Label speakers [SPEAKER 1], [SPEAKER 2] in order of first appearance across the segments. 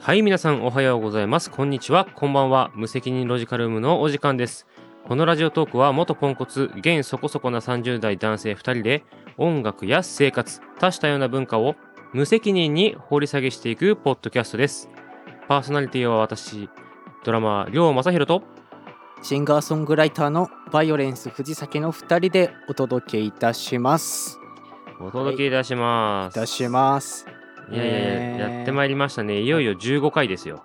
[SPEAKER 1] はい、皆さんおはようございます。こんにちは。こんばんは。無責任ロジカルームのお時間です。このラジオトークは元ポンコツ、現そこそこな30代男性2人で音楽や生活、多種多様な文化を無責任に掘り下げしていくポッドキャストです。パーソナリティは私、ドラマー、りょうまさひろと、
[SPEAKER 2] シンガーソングライターのバイオレンス藤崎の2人でお届けいたします。
[SPEAKER 1] お届けいたしま
[SPEAKER 2] い
[SPEAKER 1] す。
[SPEAKER 2] たします。
[SPEAKER 1] いやいやいや、
[SPEAKER 2] ねえ
[SPEAKER 1] やってまいりましたね。いよいよ15回ですよ。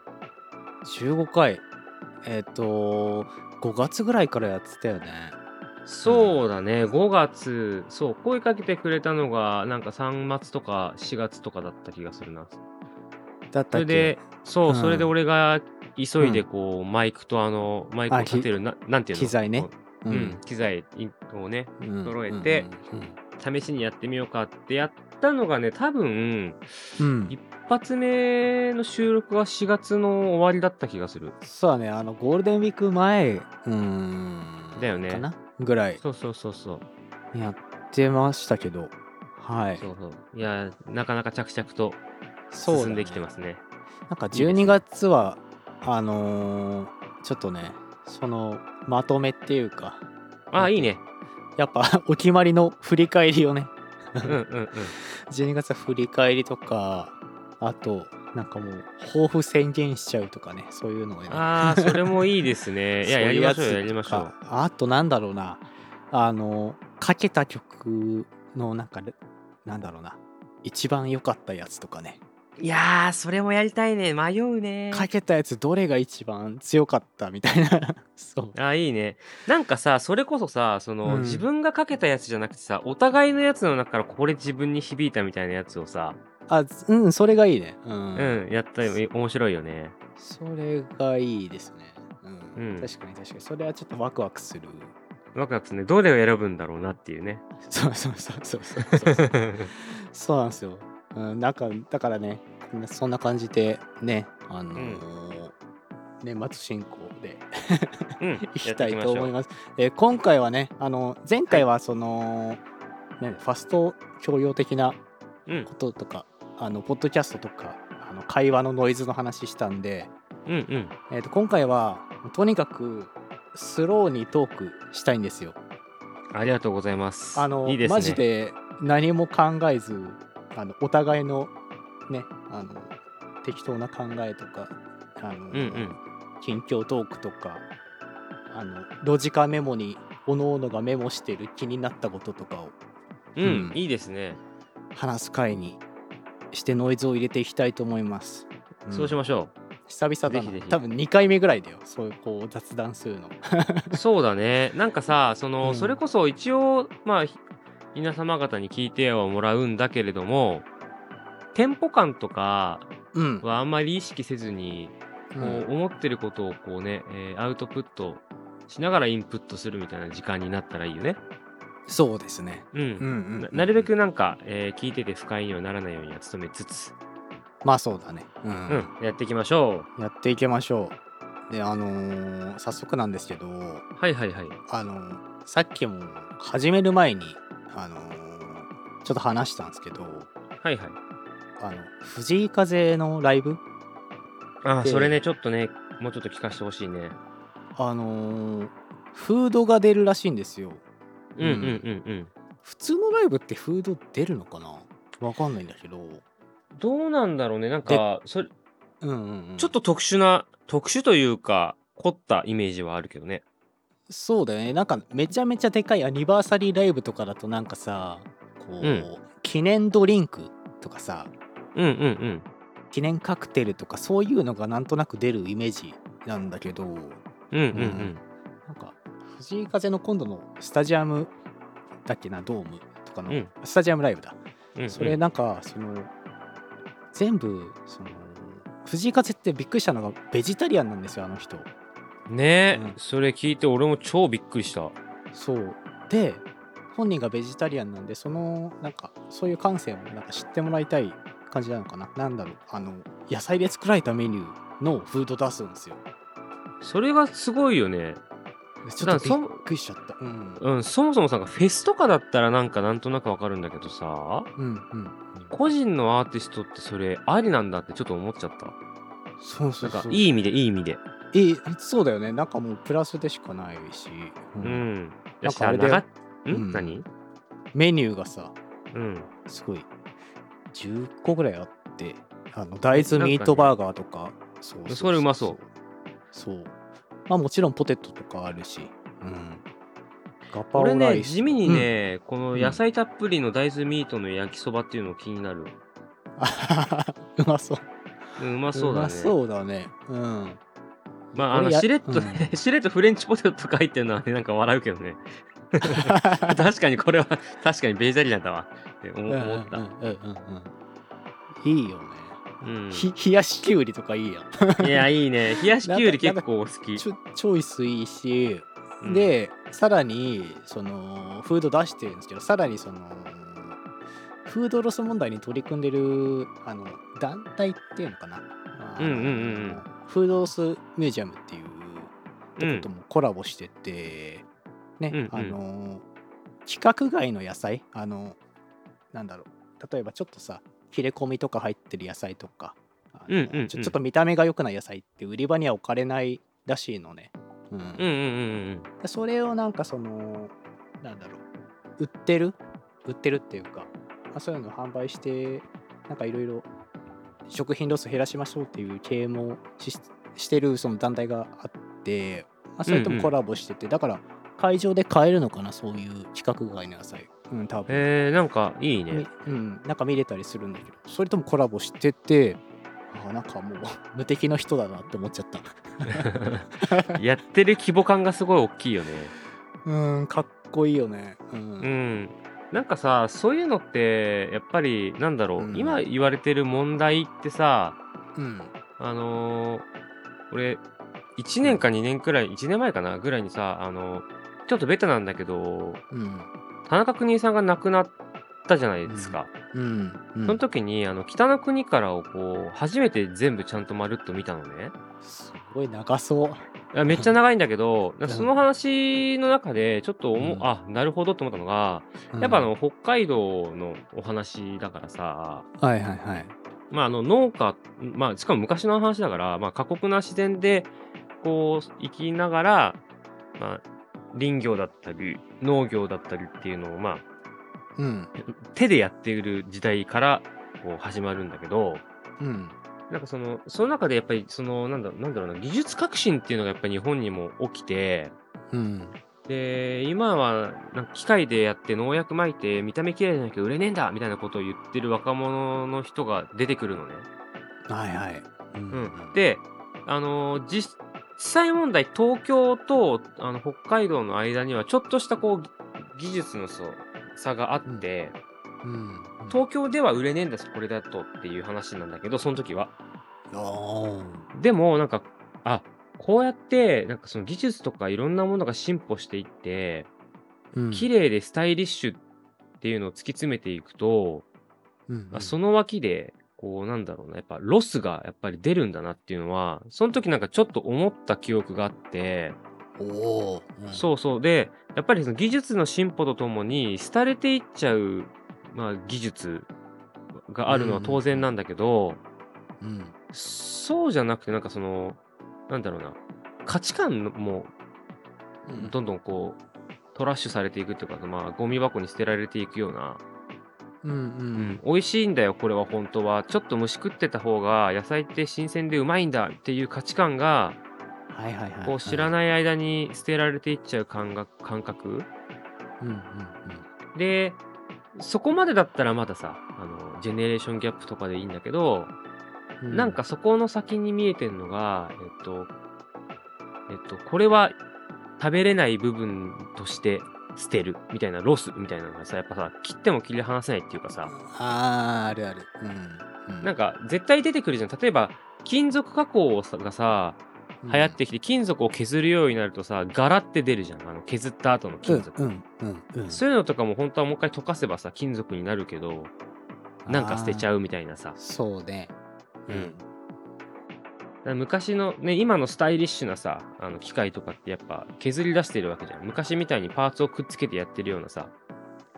[SPEAKER 2] 15回。えっ、と、5月ぐらいからやってたよね。
[SPEAKER 1] そうだね、5月、そう、声かけてくれたのが、なんか3月とか4月とかだった気がするな。
[SPEAKER 2] だっ
[SPEAKER 1] そ
[SPEAKER 2] たっ
[SPEAKER 1] れ
[SPEAKER 2] け
[SPEAKER 1] で、そう、
[SPEAKER 2] うん
[SPEAKER 1] それで俺が急いで、こう、マイクとあの、マイクを
[SPEAKER 2] あ
[SPEAKER 1] 立てる、ななんていうの
[SPEAKER 2] 機材ね
[SPEAKER 1] こううん、機材をね、
[SPEAKER 2] うん
[SPEAKER 1] 揃えて、試しにやってみようかってやったのがね、多分、
[SPEAKER 2] うんうんうん
[SPEAKER 1] 一発目の収録は4月の終わりだった気がする。
[SPEAKER 2] そうだね、あの、ゴールデンウィーク前、うん、
[SPEAKER 1] だよね
[SPEAKER 2] かなぐらい
[SPEAKER 1] そうそうそうそう。
[SPEAKER 2] やってましたけど、はい。
[SPEAKER 1] そうそういや、なかなか着々と
[SPEAKER 2] そうだね
[SPEAKER 1] 進んできてますね。
[SPEAKER 2] なんか
[SPEAKER 1] いいですね
[SPEAKER 2] 12月はあのーちょっとねそのまとめっていうか
[SPEAKER 1] あ、いいね。
[SPEAKER 2] やっぱ お決まりの振り返りをね
[SPEAKER 1] うんうんうん。
[SPEAKER 2] 12月は振り返りとかあとなんかもう抱負宣言しちゃうとかねそういうのをね
[SPEAKER 1] ああ、それもいいですね。 いや、
[SPEAKER 2] そ
[SPEAKER 1] や
[SPEAKER 2] う
[SPEAKER 1] り
[SPEAKER 2] う
[SPEAKER 1] ましょう
[SPEAKER 2] つ
[SPEAKER 1] よ、やりましょ
[SPEAKER 2] と
[SPEAKER 1] う。
[SPEAKER 2] かあとなんだろうなあのかけた曲のなんかなんだろうな一番良かったやつとかね
[SPEAKER 1] いやー、それもやりたいね。迷うね
[SPEAKER 2] かけたやつどれが一番強かったみたいな そう
[SPEAKER 1] あーいいね。なんかさ、それこそさ、その、
[SPEAKER 2] うん
[SPEAKER 1] 自分がかけたやつじゃなくてさ、お互いのやつの中からこれ自分に響いたみたいなやつをさ、
[SPEAKER 2] あうんそれがいいね
[SPEAKER 1] うん、やったら面白いよね。
[SPEAKER 2] それがいいですね。うん。
[SPEAKER 1] うん
[SPEAKER 2] 確かに確かに。それはちょっとワクワクする。
[SPEAKER 1] ワクワクするね。どれを選ぶんだろうなっていう ね。
[SPEAKER 2] そうそうそうそうそうそうそう。そうなんですよ。うん、なんか、だからね、そんな感じでね、あのー年末進行で
[SPEAKER 1] うん、
[SPEAKER 2] いきたい
[SPEAKER 1] や
[SPEAKER 2] と
[SPEAKER 1] って
[SPEAKER 2] 思い
[SPEAKER 1] ましょう
[SPEAKER 2] ます。えー今回はね、あの前回はその、ね、ファスト教養的な
[SPEAKER 1] うん
[SPEAKER 2] こととか、あのポッドキャストとか、あの会話のノイズの話したんで、
[SPEAKER 1] うんうん。
[SPEAKER 2] えー、と今回はとにかくスローにトークしたいんですよ。
[SPEAKER 1] ありがとうございます。
[SPEAKER 2] あの
[SPEAKER 1] いいですね。
[SPEAKER 2] マジ。で何も考えずあのお互いのねあの適当な考えとかあの、
[SPEAKER 1] うんうん。
[SPEAKER 2] 近況トークとかあのロジカメモにおのおのがメモしてる気になったこととかを
[SPEAKER 1] うん
[SPEAKER 2] う、ん
[SPEAKER 1] いいですね。
[SPEAKER 2] 話す会にしてノイズを入れていきたいと思います。ん
[SPEAKER 1] そうしましょ
[SPEAKER 2] 久々だな
[SPEAKER 1] ぜひぜひ
[SPEAKER 2] 多分2回目ぐらいだよそういうこう雑談するの。
[SPEAKER 1] う。そうだね。なんかさ、その、
[SPEAKER 2] うん
[SPEAKER 1] それこそ一応、まあ、ひ皆様方に聞いてはもらうんだけれども、テンポ感とか
[SPEAKER 2] うん、
[SPEAKER 1] はあんまり意識せずに、こ
[SPEAKER 2] うん
[SPEAKER 1] う思ってることをこうね、えーアウトプットしながらインプットするみたいな時間になったらいいよね。
[SPEAKER 2] そうですね。
[SPEAKER 1] うん。
[SPEAKER 2] うんうんうん
[SPEAKER 1] ななるべくなんか、えー聞いてて不快にはならないようには努めつつ、
[SPEAKER 2] まあそうだね、うん
[SPEAKER 1] うん、やっていきましょ
[SPEAKER 2] やっていきましょうであのー早速なんですけど
[SPEAKER 1] う。はいはいはい。
[SPEAKER 2] あのーさっきも始める前にあのーちょっと話したんですけど
[SPEAKER 1] はいはい。
[SPEAKER 2] あの藤井風のライブ
[SPEAKER 1] ああ、
[SPEAKER 2] で
[SPEAKER 1] それね、ちょっとね、もうちょっと聞かせてほしいね。
[SPEAKER 2] あのーフードが出るらしいんですよ
[SPEAKER 1] うんうんうんうん。
[SPEAKER 2] 普通のライブってフード出るのかなわかんないんだけど
[SPEAKER 1] どうなんだろうね、なんか、それ
[SPEAKER 2] うんうん、うん、
[SPEAKER 1] ちょっと特殊な、特殊というか、凝ったイメージはあるけどね。
[SPEAKER 2] そうだよねなんかめちゃめちゃでかいアニバーサリーライブとかだとなんかさこう、
[SPEAKER 1] うん
[SPEAKER 2] 記念ドリンクとかさ
[SPEAKER 1] うんうんうん。
[SPEAKER 2] 記念カクテルとかそういうのがなんとなく出るイメージなんだけどな
[SPEAKER 1] うんうんう
[SPEAKER 2] うんん。んか藤井風の今度のスタジアムだっけなドームとかの、
[SPEAKER 1] うん
[SPEAKER 2] スタジアムライブだ、
[SPEAKER 1] うんうん
[SPEAKER 2] それなんかその全部その藤井風ってびっくりしたのがベジタリアンなんですよあの人
[SPEAKER 1] ねえ、
[SPEAKER 2] うん
[SPEAKER 1] それ聞いて俺も超びっくりした。
[SPEAKER 2] そうで本人がベジタリアンなんでそのなんかそういう感性もなんか知ってもらいたい感じなのかななんだろうあの野菜で作られたメニューのフード出すんですよ
[SPEAKER 1] それがすごいよね。
[SPEAKER 2] ちょっとびっくりしちゃった。うん。
[SPEAKER 1] うん、そもそもさ、フェスとかだったらなんかなんとなくわかるんだけどさ、
[SPEAKER 2] うんうん。
[SPEAKER 1] 個人のアーティストってそれありなんだってちょっと思っちゃった。
[SPEAKER 2] そう
[SPEAKER 1] な
[SPEAKER 2] そ
[SPEAKER 1] ん
[SPEAKER 2] う
[SPEAKER 1] か
[SPEAKER 2] そう
[SPEAKER 1] いい意味でいい意味で
[SPEAKER 2] いいそうだよねなんかもうプラスでしかないし、う
[SPEAKER 1] うんん
[SPEAKER 2] なんかあれだよ
[SPEAKER 1] 長ん、
[SPEAKER 2] うん
[SPEAKER 1] 何
[SPEAKER 2] メニューがさ
[SPEAKER 1] うん
[SPEAKER 2] すごい10個ぐらいあってあの大豆ミートバーガーとかそうう
[SPEAKER 1] それうまそう
[SPEAKER 2] そうまあもちろんポテトとかあるし、うん、ガパオ
[SPEAKER 1] 俺
[SPEAKER 2] ラ
[SPEAKER 1] ね
[SPEAKER 2] イス
[SPEAKER 1] 地味にね、この野菜たっぷりの大豆ミートの焼きそばっていうの気になる、
[SPEAKER 2] あはは うまそう
[SPEAKER 1] うんうまそうだね
[SPEAKER 2] まそうだねうん
[SPEAKER 1] まああの
[SPEAKER 2] 俺や
[SPEAKER 1] しれっとね、 しれっとフレンチポテトとか入ってるのはねなんか笑うけどね確かにこれは 確かにベジタリアンだわって 思
[SPEAKER 2] うんうん
[SPEAKER 1] 思った、
[SPEAKER 2] うんうんうんいいよね、
[SPEAKER 1] うん、
[SPEAKER 2] ひ冷やしきゅうりとかいいやん
[SPEAKER 1] いやいいね冷やしきゅうり結構好き、
[SPEAKER 2] ちょチョイスいいし
[SPEAKER 1] うん、
[SPEAKER 2] でさらにそのフード出してるんですけどさらにそのフードロス問題に取り組んでるあの団体っていうのかな、あの
[SPEAKER 1] うんうんうんうん
[SPEAKER 2] フードロスミュージアムってい
[SPEAKER 1] う
[SPEAKER 2] うとこ
[SPEAKER 1] ん
[SPEAKER 2] ともコラボしてて、ね、
[SPEAKER 1] うんうん
[SPEAKER 2] あの規格外の野菜あのなんだろう例えばちょっとさ切れ込みとか入ってる野菜とかあの
[SPEAKER 1] うんうんうん
[SPEAKER 2] ちょちょっと見た目が良くない野菜って売り場には置かれないらしいのね。うん
[SPEAKER 1] うんうんうん
[SPEAKER 2] でそれをなんかそのなんだろう売ってる売ってるっていうか、まあ、そういうのを販売してなんかいろいろ食品ロス減らしましょうっていう経営もししてるその団体があって、まあ、それと
[SPEAKER 1] うんう
[SPEAKER 2] も
[SPEAKER 1] ん
[SPEAKER 2] コラボしてて、だから会場で買えるのかなそういう規格外の野菜うん多分、
[SPEAKER 1] えー、なんかいいね
[SPEAKER 2] みうん、なんか見れたりするんだけどそれともコラボしててあなんかもう無敵の人だなって思っちゃった
[SPEAKER 1] やってる規模感がすごい大きいよね
[SPEAKER 2] うんかっこいいよねうん
[SPEAKER 1] うんなんかさそういうのってやっぱりなんだろう、
[SPEAKER 2] うん
[SPEAKER 1] 今言われてる問題ってさ
[SPEAKER 2] うん
[SPEAKER 1] あのー俺1年か2年くらい1年前かなぐらいにさあのちょっとベタなんだけど
[SPEAKER 2] うん
[SPEAKER 1] 田中邦衛さんが亡くなったじゃないですか、
[SPEAKER 2] うん、
[SPEAKER 1] その時にあの北の国からをこう初めて全部ちゃんとまるっと見たのね
[SPEAKER 2] すごい長そう。
[SPEAKER 1] いやめっちゃ長いんだけ どなんか
[SPEAKER 2] うん
[SPEAKER 1] その話の中でちょっと思う
[SPEAKER 2] うん
[SPEAKER 1] あなるほどと思ったのがやっぱあの北海道のお話だからさ
[SPEAKER 2] うん、はいはいはい。
[SPEAKER 1] まああの農家まあしかも昔の話だからまあ過酷な自然でこう生きながらまあ林業だったり農業だったりっていうのをまあ
[SPEAKER 2] うん、
[SPEAKER 1] 手でやっている時代からこう始まるんだけど、
[SPEAKER 2] うん、
[SPEAKER 1] なんかその、その中でやっぱり、その、なんだなんだろうな、技術革新っていうのがやっぱり日本にも起きて、
[SPEAKER 2] うん、
[SPEAKER 1] で、今は、なんか機械でやって農薬撒いて、見た目綺麗じゃなきゃ売れねえんだみたいなことを言ってる若者の人が出てくるのね。
[SPEAKER 2] はいはい。
[SPEAKER 1] う
[SPEAKER 2] う
[SPEAKER 1] ん。、で、あのー実際問題、東京とあの北海道の間には、ちょっとしたこう、技術のそう差があって、
[SPEAKER 2] うん、
[SPEAKER 1] 東京では売れねえんだしこれだとっていう話なんだけどその時は
[SPEAKER 2] おー
[SPEAKER 1] でもなんかあこうやってなんかその技術とかいろんなものが進歩していって
[SPEAKER 2] うん、
[SPEAKER 1] 綺麗でスタイリッシュっていうのを突き詰めていくと、
[SPEAKER 2] うん、
[SPEAKER 1] あその脇でこうなんだろうなやっぱロスがやっぱり出るんだなっていうのはその時なんかちょっと思った記憶があって、
[SPEAKER 2] おーうん、
[SPEAKER 1] そうそうでやっぱりその技術の進歩とともに廃れていっちゃう、まあ、技術があるのは当然なんだけど、
[SPEAKER 2] うん、
[SPEAKER 1] そうじゃなくて、なんかその、なんだろうな、価値観も
[SPEAKER 2] うん、
[SPEAKER 1] どんどんこう、トラッシュされていくっていうか、まあ、ゴミ箱に捨てられていくような、
[SPEAKER 2] うん、うん、
[SPEAKER 1] 美味しいんだよ、これは本当は。ちょっと虫食ってた方が、野菜って新鮮でうまいんだっていう価値観が、
[SPEAKER 2] はいはいはい。
[SPEAKER 1] こう、知ら
[SPEAKER 2] い。
[SPEAKER 1] ない間に捨てられていっちゃう感が感覚
[SPEAKER 2] うん、うん、うん、
[SPEAKER 1] で、そこまでだったらまださ、あの、ジェネレーションギャップとかでいいんだけど、
[SPEAKER 2] う
[SPEAKER 1] なんか、そこの先に見えてるのが、えっと、えっと、これは食べれない部分として捨てるみたいなロスみたいなのがさ、やっぱさ、切っても切り離せないっていうかさ、
[SPEAKER 2] あー、あるある。うん、うん、
[SPEAKER 1] なん、か絶対出てくるじゃん。例えば、金属加工をさがさ、流行っ、てきて、金属を削るようになるとさ、柄って出るじゃん。あの削った後の
[SPEAKER 2] うん、
[SPEAKER 1] 金属。
[SPEAKER 2] うん、うん、うん、
[SPEAKER 1] そういうのとかも本当はもう一回溶かせばさ、金属になるけど、なんか捨てちゃ
[SPEAKER 2] う。
[SPEAKER 1] うみたいなさ。
[SPEAKER 2] そうね。
[SPEAKER 1] うんだから昔のね今のスタイリッシュなさあの機械とかってやっぱ削り出してるわけじゃん昔みたいにパーツをくっつけてやってるようなさ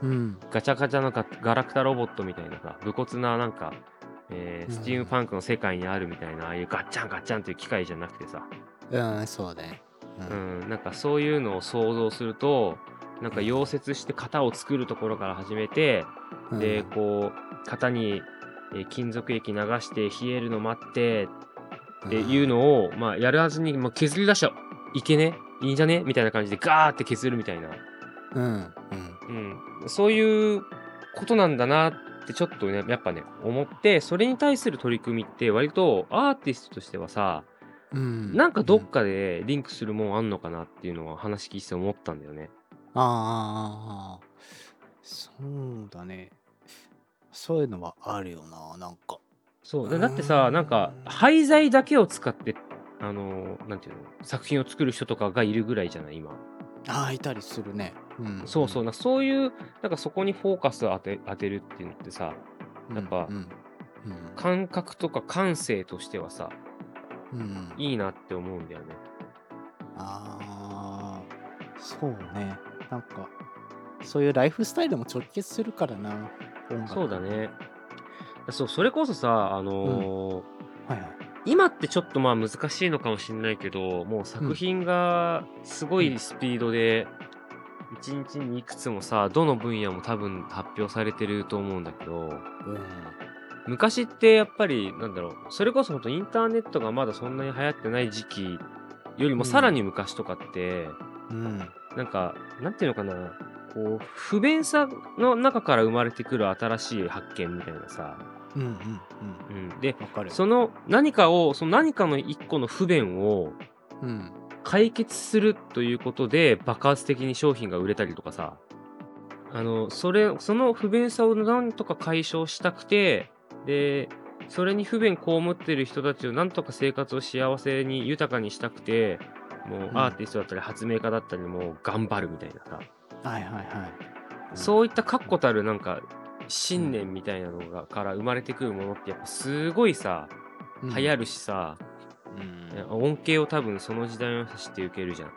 [SPEAKER 2] うん、
[SPEAKER 1] ガチャガチャのガガラクタロボットみたいなさ武骨ななんかえー
[SPEAKER 2] うん
[SPEAKER 1] スチームパンクの世界にあるみたいな、ああいうガッチャンガッチャンっていう機械じゃなくてさ、
[SPEAKER 2] うん、そうね。う。
[SPEAKER 1] うんん、なんかそういうのを想像すると、なんか溶接して型を作るところから始めて、
[SPEAKER 2] うん
[SPEAKER 1] で、こう、型にえー金属液流して冷えるの待ってっていうのを、まあ、やらずに、まあ、削り出しちゃいけねいいんじゃねみたいな感じでガーって削るみたいな、
[SPEAKER 2] うん。うん。
[SPEAKER 1] うん、そういうことなんだなってちょっとねやっぱね思ってそれに対する取り組みって割とアーティストとしてはさ
[SPEAKER 2] うん。
[SPEAKER 1] なんかどっかでリンクするもんあんのかなっていうのは話聞いてて思ったんだよね。
[SPEAKER 2] あーあーあーあーそうだねそういうのはあるよななんか
[SPEAKER 1] そう
[SPEAKER 2] うー
[SPEAKER 1] だ
[SPEAKER 2] ん
[SPEAKER 1] だってさなんか廃材だけを使ってあのなんていうの作品を作る人とかがいるぐらいじゃない今。
[SPEAKER 2] ああいたりするね、うん、
[SPEAKER 1] そうそうなそういうなんかそこにフォーカスを当て当てるっていうのってさ
[SPEAKER 2] うん
[SPEAKER 1] やっぱ
[SPEAKER 2] うんうん
[SPEAKER 1] 感覚とか感性としてはさ
[SPEAKER 2] うんうん
[SPEAKER 1] いいなって思うんだよね。
[SPEAKER 2] あーそうねなんかそういうライフスタイルも直結するからな音楽
[SPEAKER 1] そうだね。そう、それこそさ、あのー
[SPEAKER 2] はいはい
[SPEAKER 1] 今ってちょっとまあ難しいのかもしれないけど、もう作品がすごいスピードで、一日にいくつもさ、どの分野も多分発表されてると思うんだけど、昔ってやっぱり、なんだろう、それこそ本当インターネットがまだそんなに流行ってない時期よりもさらに昔とかって、
[SPEAKER 2] うんうん
[SPEAKER 1] なんか、なんていうのかな、こう、不便さの中から生まれてくる新しい発見みたいなさ、
[SPEAKER 2] うんうんう
[SPEAKER 1] うん、で
[SPEAKER 2] んわかる
[SPEAKER 1] その何かをその何かの一個の不便を
[SPEAKER 2] うん
[SPEAKER 1] 解決するということで爆発的に商品が売れたりとかさあのそれその不便さをなんとか解消したくてでそれに不便被ってる人たちをなんとか生活を幸せに豊かにしたくてもう
[SPEAKER 2] うん
[SPEAKER 1] アーティストだったり発明家だったりもう頑張るみたいなさ、
[SPEAKER 2] はいはいはい
[SPEAKER 1] そういった確固たるなんか信念みたいなのがから生まれてくるものってやっぱすごいさ
[SPEAKER 2] うん
[SPEAKER 1] 流行るしさ、
[SPEAKER 2] うん
[SPEAKER 1] 恩恵を多分その時代の走って受けるじゃん。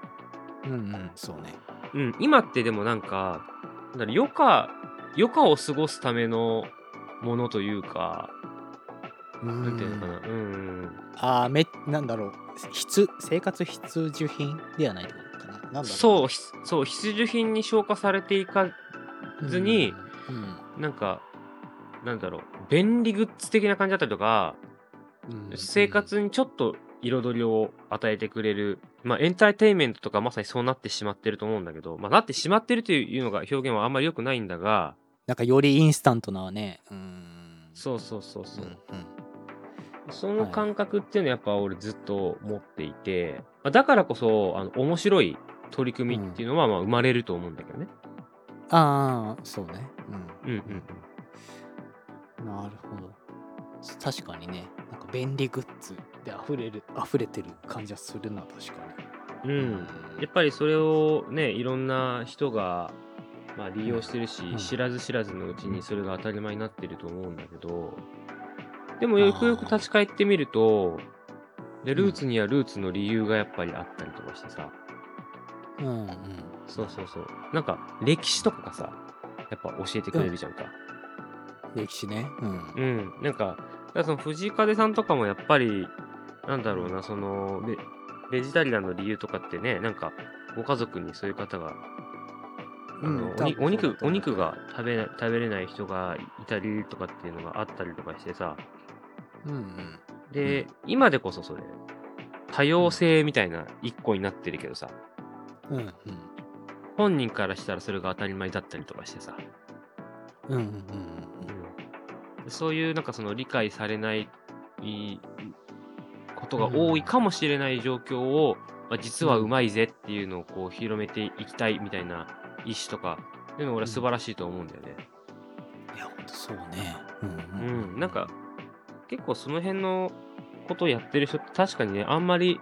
[SPEAKER 2] うんうんそうね
[SPEAKER 1] うん、今ってでもなんか、なんだろう余暇、余暇を過ごすためのものというか、
[SPEAKER 2] うん
[SPEAKER 1] なんていうのかな、うん、
[SPEAKER 2] あーめなんだろう必生活必需品ではないってことかななんだろう
[SPEAKER 1] そう、ひそう、必需品に消化されていかずに、
[SPEAKER 2] うん
[SPEAKER 1] なんか、なんだろう、便利グッズ的な感じだったりとか、
[SPEAKER 2] うんうん
[SPEAKER 1] 生活にちょっと彩りを与えてくれる、まあ、エンターテインメントとかまさにそうなってしまってると思うんだけど、まあ、なってしまってるというのが表現はあんまり良くないんだが、
[SPEAKER 2] なんかよりインスタントなねうん
[SPEAKER 1] そうそうそうそうう。
[SPEAKER 2] ん
[SPEAKER 1] その感覚っていうのはやっぱ俺ずっと持っていて、まあだからこそあの面白い取り組みっていうのはまあ生まれると思うんだけどね。
[SPEAKER 2] ああそうね
[SPEAKER 1] うんう
[SPEAKER 2] うん
[SPEAKER 1] ん、
[SPEAKER 2] なるほど確かにねなんか便利グッズで溢れる溢れてる感じはするな確か
[SPEAKER 1] うん。
[SPEAKER 2] に
[SPEAKER 1] やっぱりそれをねいろんな人が、まあ、利用してるし、
[SPEAKER 2] うん
[SPEAKER 1] 知らず知らずのうちにそれが当たり前になってると思うんだけどでもよくよく立ち返ってみるとでルーツにはルーツの理由がやっぱりあったりとかしてさ、
[SPEAKER 2] うんうん
[SPEAKER 1] そうそうそうなんか歴史とかがさやっぱ教えてくれるじゃんか。
[SPEAKER 2] 歴史ねう
[SPEAKER 1] う
[SPEAKER 2] ん
[SPEAKER 1] ん、なんか、だからその藤井風さんとかもやっぱり、なんだろうな、その、ベベジタリアンの理由とかってね、なんか、ご家族にそういう方が、あの
[SPEAKER 2] うん
[SPEAKER 1] おにお肉お肉、
[SPEAKER 2] 多
[SPEAKER 1] が食べな食べれない人がいたりとかっていうのがあったりとかしてさ、
[SPEAKER 2] 分そうだと思ううん
[SPEAKER 1] で、今でこそそれ、多様性みたいな一個になってるけどさ、
[SPEAKER 2] うんうん
[SPEAKER 1] 本人からしたらそれが当たり前だったりとかしてさ、
[SPEAKER 2] うんうんうんうん
[SPEAKER 1] うんそういうなんかその理解されないいことが多いかもしれない状況を、まあ、実はうまいぜっていうのをこう広めていきたいみたいな意思とかっていうのは俺は素晴らしいと思うんだよね。
[SPEAKER 2] いや、ほんとそうね。うん
[SPEAKER 1] う。ん、なんか、結構その辺のことをやってる人って確かにねあんまり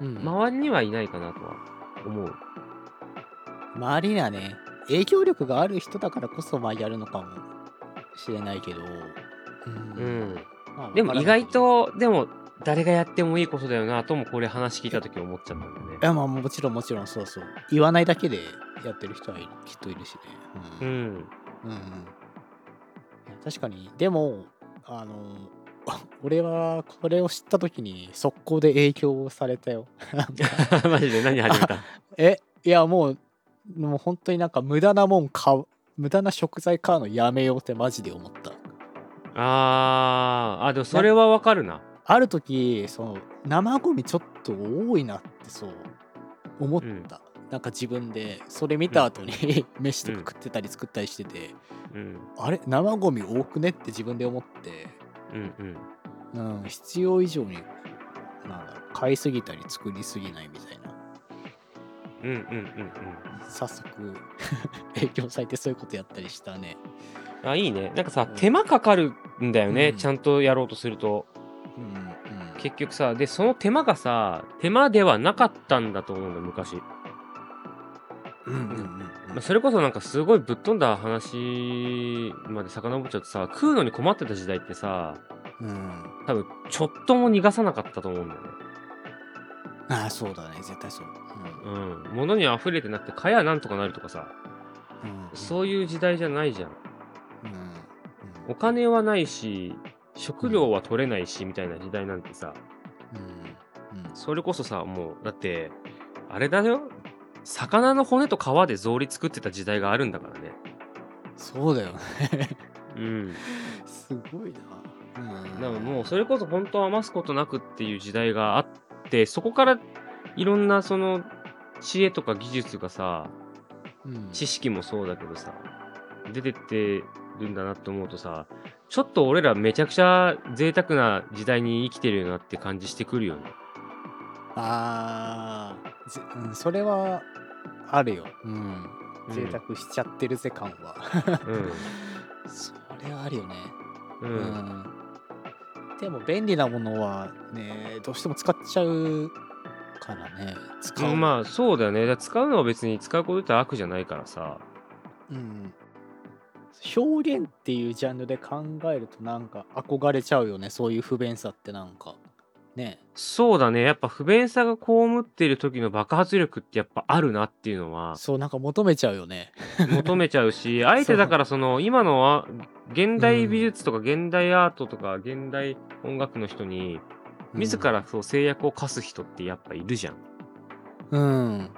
[SPEAKER 2] うん、
[SPEAKER 1] 周りにはいないかなとは思う。
[SPEAKER 2] 周りにはね、影響力がある人だからこそ、まあ、やるのかもしれないけど。う。
[SPEAKER 1] うんん、
[SPEAKER 2] まあ
[SPEAKER 1] でも
[SPEAKER 2] わ
[SPEAKER 1] 意
[SPEAKER 2] からん
[SPEAKER 1] 外とでも誰がやってもいいことだよなともこれ話聞いた時思っちゃったんだよね
[SPEAKER 2] い。や、まあ、もちろん、もちろん、そうそう。言わないだけでやってる人はいるきっといるしね。
[SPEAKER 1] うん
[SPEAKER 2] うん。うんうんいや確かに、でも、あの 俺はこれを知った時に速攻で影響をされたよ
[SPEAKER 1] マジで何始めた
[SPEAKER 2] えいやもうもう本当になんか無駄なもん買う無駄な食材買うのやめようってマジで思った
[SPEAKER 1] あーあでもそれはわかるな
[SPEAKER 2] ある時その生ゴミちょっと多いなってそう思った、なんか自分でそれ見た後に 飯とか食ってたり作ったりしてて、
[SPEAKER 1] うん
[SPEAKER 2] あれ生ゴミ多くねって自分で思って、
[SPEAKER 1] うんうん
[SPEAKER 2] うん、必要以上になんだろう買いすぎたり作りすぎないみたいな
[SPEAKER 1] うんうんうん
[SPEAKER 2] 早速 影響されてそういうことやったりしたね
[SPEAKER 1] うんあいいねなんかさ
[SPEAKER 2] うん
[SPEAKER 1] 手間かかるんだよね、
[SPEAKER 2] うん
[SPEAKER 1] ちゃんとやろうとすると
[SPEAKER 2] うんうん
[SPEAKER 1] 結局さでその手間がさ手間ではなかったんだと思うんだ昔、
[SPEAKER 2] うんうんうんうん
[SPEAKER 1] まあ、それこそなんかすごいぶっ飛んだ話まで遡っちゃってさ食うのに困ってた時代ってさ
[SPEAKER 2] うん
[SPEAKER 1] 多分ちょっとも逃がさなかったと思うんだよね
[SPEAKER 2] ああそうだね絶対そう
[SPEAKER 1] うん物に溢れてなくて蚊やなんとかなるとかさ
[SPEAKER 2] うんうん
[SPEAKER 1] そういう時代じゃないじゃん
[SPEAKER 2] うんうん
[SPEAKER 1] お金はないし食料は取れないしみたいな時代なんてさ
[SPEAKER 2] うんうん
[SPEAKER 1] それこそさもうだってあれだよ魚の骨と皮で草履作ってた時代があるんだからね
[SPEAKER 2] そうだよね
[SPEAKER 1] うん
[SPEAKER 2] すごいなうん
[SPEAKER 1] だからもうそれこそ本当余すことなくっていう時代があってそこからいろんなその知恵とか技術がさ
[SPEAKER 2] うん
[SPEAKER 1] 知識もそうだけどさ出てってるんだなって思うとさちょっと俺らめちゃくちゃ贅沢な時代に生きてるよなって感じしてくるよね。
[SPEAKER 2] あーぜうん、それはあるよ。うん。
[SPEAKER 1] うん
[SPEAKER 2] 贅沢しちゃってるぜ感は。それはあるよね。
[SPEAKER 1] うん
[SPEAKER 2] う
[SPEAKER 1] うん
[SPEAKER 2] ん。でも便利なものはね、どうしても使っちゃうからね。使う。
[SPEAKER 1] うんまあそうだよねだから使うのは別に使うことって悪じゃないからさ
[SPEAKER 2] うん。表現っていうジャンルで考えるとなんか憧れちゃうよね。そういう不便さってなんか。ね。
[SPEAKER 1] そうだねやっぱ不便さが被ってる時の爆発力ってやっぱあるなっていうのは
[SPEAKER 2] そうなんか求めちゃうよね。
[SPEAKER 1] 求めちゃう しあえてだからその今のは現代美術とか現代アートとか現代音楽の人に自らそう制約を課す人ってやっぱいるじゃん。
[SPEAKER 2] うん。うん。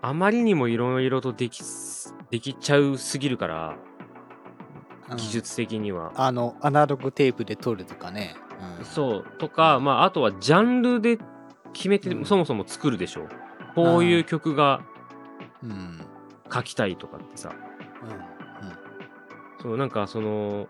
[SPEAKER 1] あまりにもいろいろとできすできちゃうすぎるから
[SPEAKER 2] うん
[SPEAKER 1] 技術的には。
[SPEAKER 2] あの、アナログテープで撮るとかね。うん、
[SPEAKER 1] そうとか、まあ、あとはジャンルで決めて、
[SPEAKER 2] うん
[SPEAKER 1] そもそも作るでしょこういう曲が
[SPEAKER 2] うん。うん。
[SPEAKER 1] 書きたいとかってさそうなんかその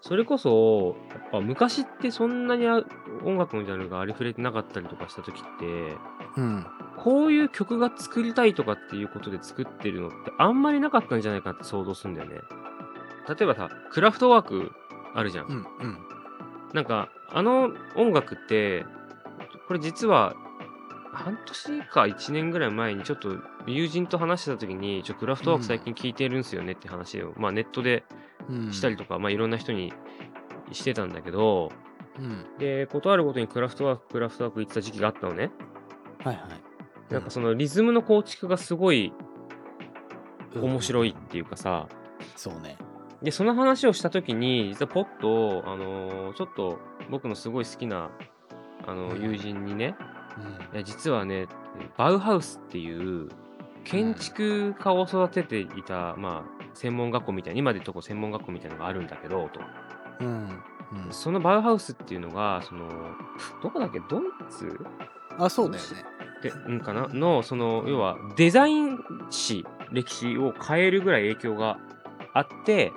[SPEAKER 1] それこそやっぱ昔ってそんなにあ音楽のジャンルがありふれてなかったりとかした時って
[SPEAKER 2] うん。うん。
[SPEAKER 1] こういう曲が作りたいとかっていうことで作ってるのってあんまりなかったんじゃないかって想像するんだよね。例えばさクラフトワークあるじゃん。
[SPEAKER 2] うん。うん。
[SPEAKER 1] なんかあの音楽ってこれ実は半年か1年ぐらい前にちょっと友人と話してた時にちょクラフトワーク最近聴いてるんすよねって話を、まあネットで
[SPEAKER 2] うん。
[SPEAKER 1] したりとか、まあいろんな人にしてたんだけど
[SPEAKER 2] うん。
[SPEAKER 1] で断るごとにクラフトワーククラフトワーク行ってた時期があったのね、
[SPEAKER 2] はいはい。
[SPEAKER 1] なんかそのリズムの構築がすごい
[SPEAKER 2] うん
[SPEAKER 1] 面白いっ。ていうかさ、
[SPEAKER 2] そうね。
[SPEAKER 1] で、その話をしたときに、実はポッと、あのーちょっと僕のすごい好きな、あの
[SPEAKER 2] うん
[SPEAKER 1] 友人にね、
[SPEAKER 2] うん
[SPEAKER 1] いや、実はね、バウハウスっていう建築家を育てていた、まあ、専門学校みたいな、今でいうとこ専門学校みたいなのがあるんだけど、と。
[SPEAKER 2] うん。うん。
[SPEAKER 1] そのバウハウスっていうのが、その、どこだっけ、ドイツ
[SPEAKER 2] あ、そうだよね。
[SPEAKER 1] で、うんかなの、その、要は、デザイン史、歴史を変えるぐらい影響があって、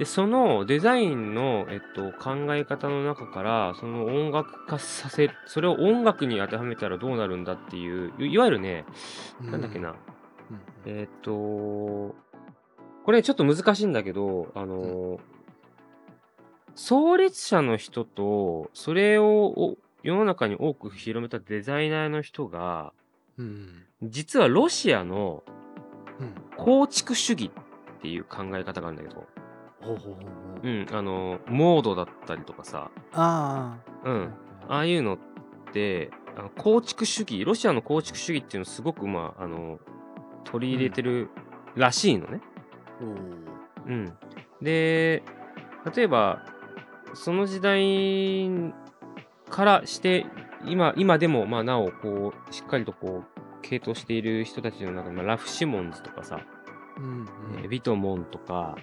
[SPEAKER 1] で、そのデザインの、えっと、考え方の中から、その音楽化させ、それを音楽に当てはめたらどうなるんだっていう、いいわゆるね、
[SPEAKER 2] うん
[SPEAKER 1] なんだっけ。な、
[SPEAKER 2] うん
[SPEAKER 1] えっと、これちょっと難しいんだけど、あの、創立者の人と、それをお世の中に多く広めたデザイナーの人が、
[SPEAKER 2] うん。
[SPEAKER 1] 実はロシアの
[SPEAKER 2] うん。
[SPEAKER 1] 構築主義っていう考え方があるんだけど、
[SPEAKER 2] ほうほうほうほう
[SPEAKER 1] うん、あの、モードだったりとかさ、
[SPEAKER 2] あ
[SPEAKER 1] う
[SPEAKER 2] あ。
[SPEAKER 1] ん、ああいうのって、あの構築主義、ロシアの構築主義っていうのをすごく、まあ、あの、取り入れてるらしいのね。
[SPEAKER 2] おお。
[SPEAKER 1] うん。で、例えば、その時代からして今今でもまあなおこうしっかりとこう系統している人たちの中で、まあ、ラフ・シモンズとかさ、
[SPEAKER 2] うん
[SPEAKER 1] えービトモンとか、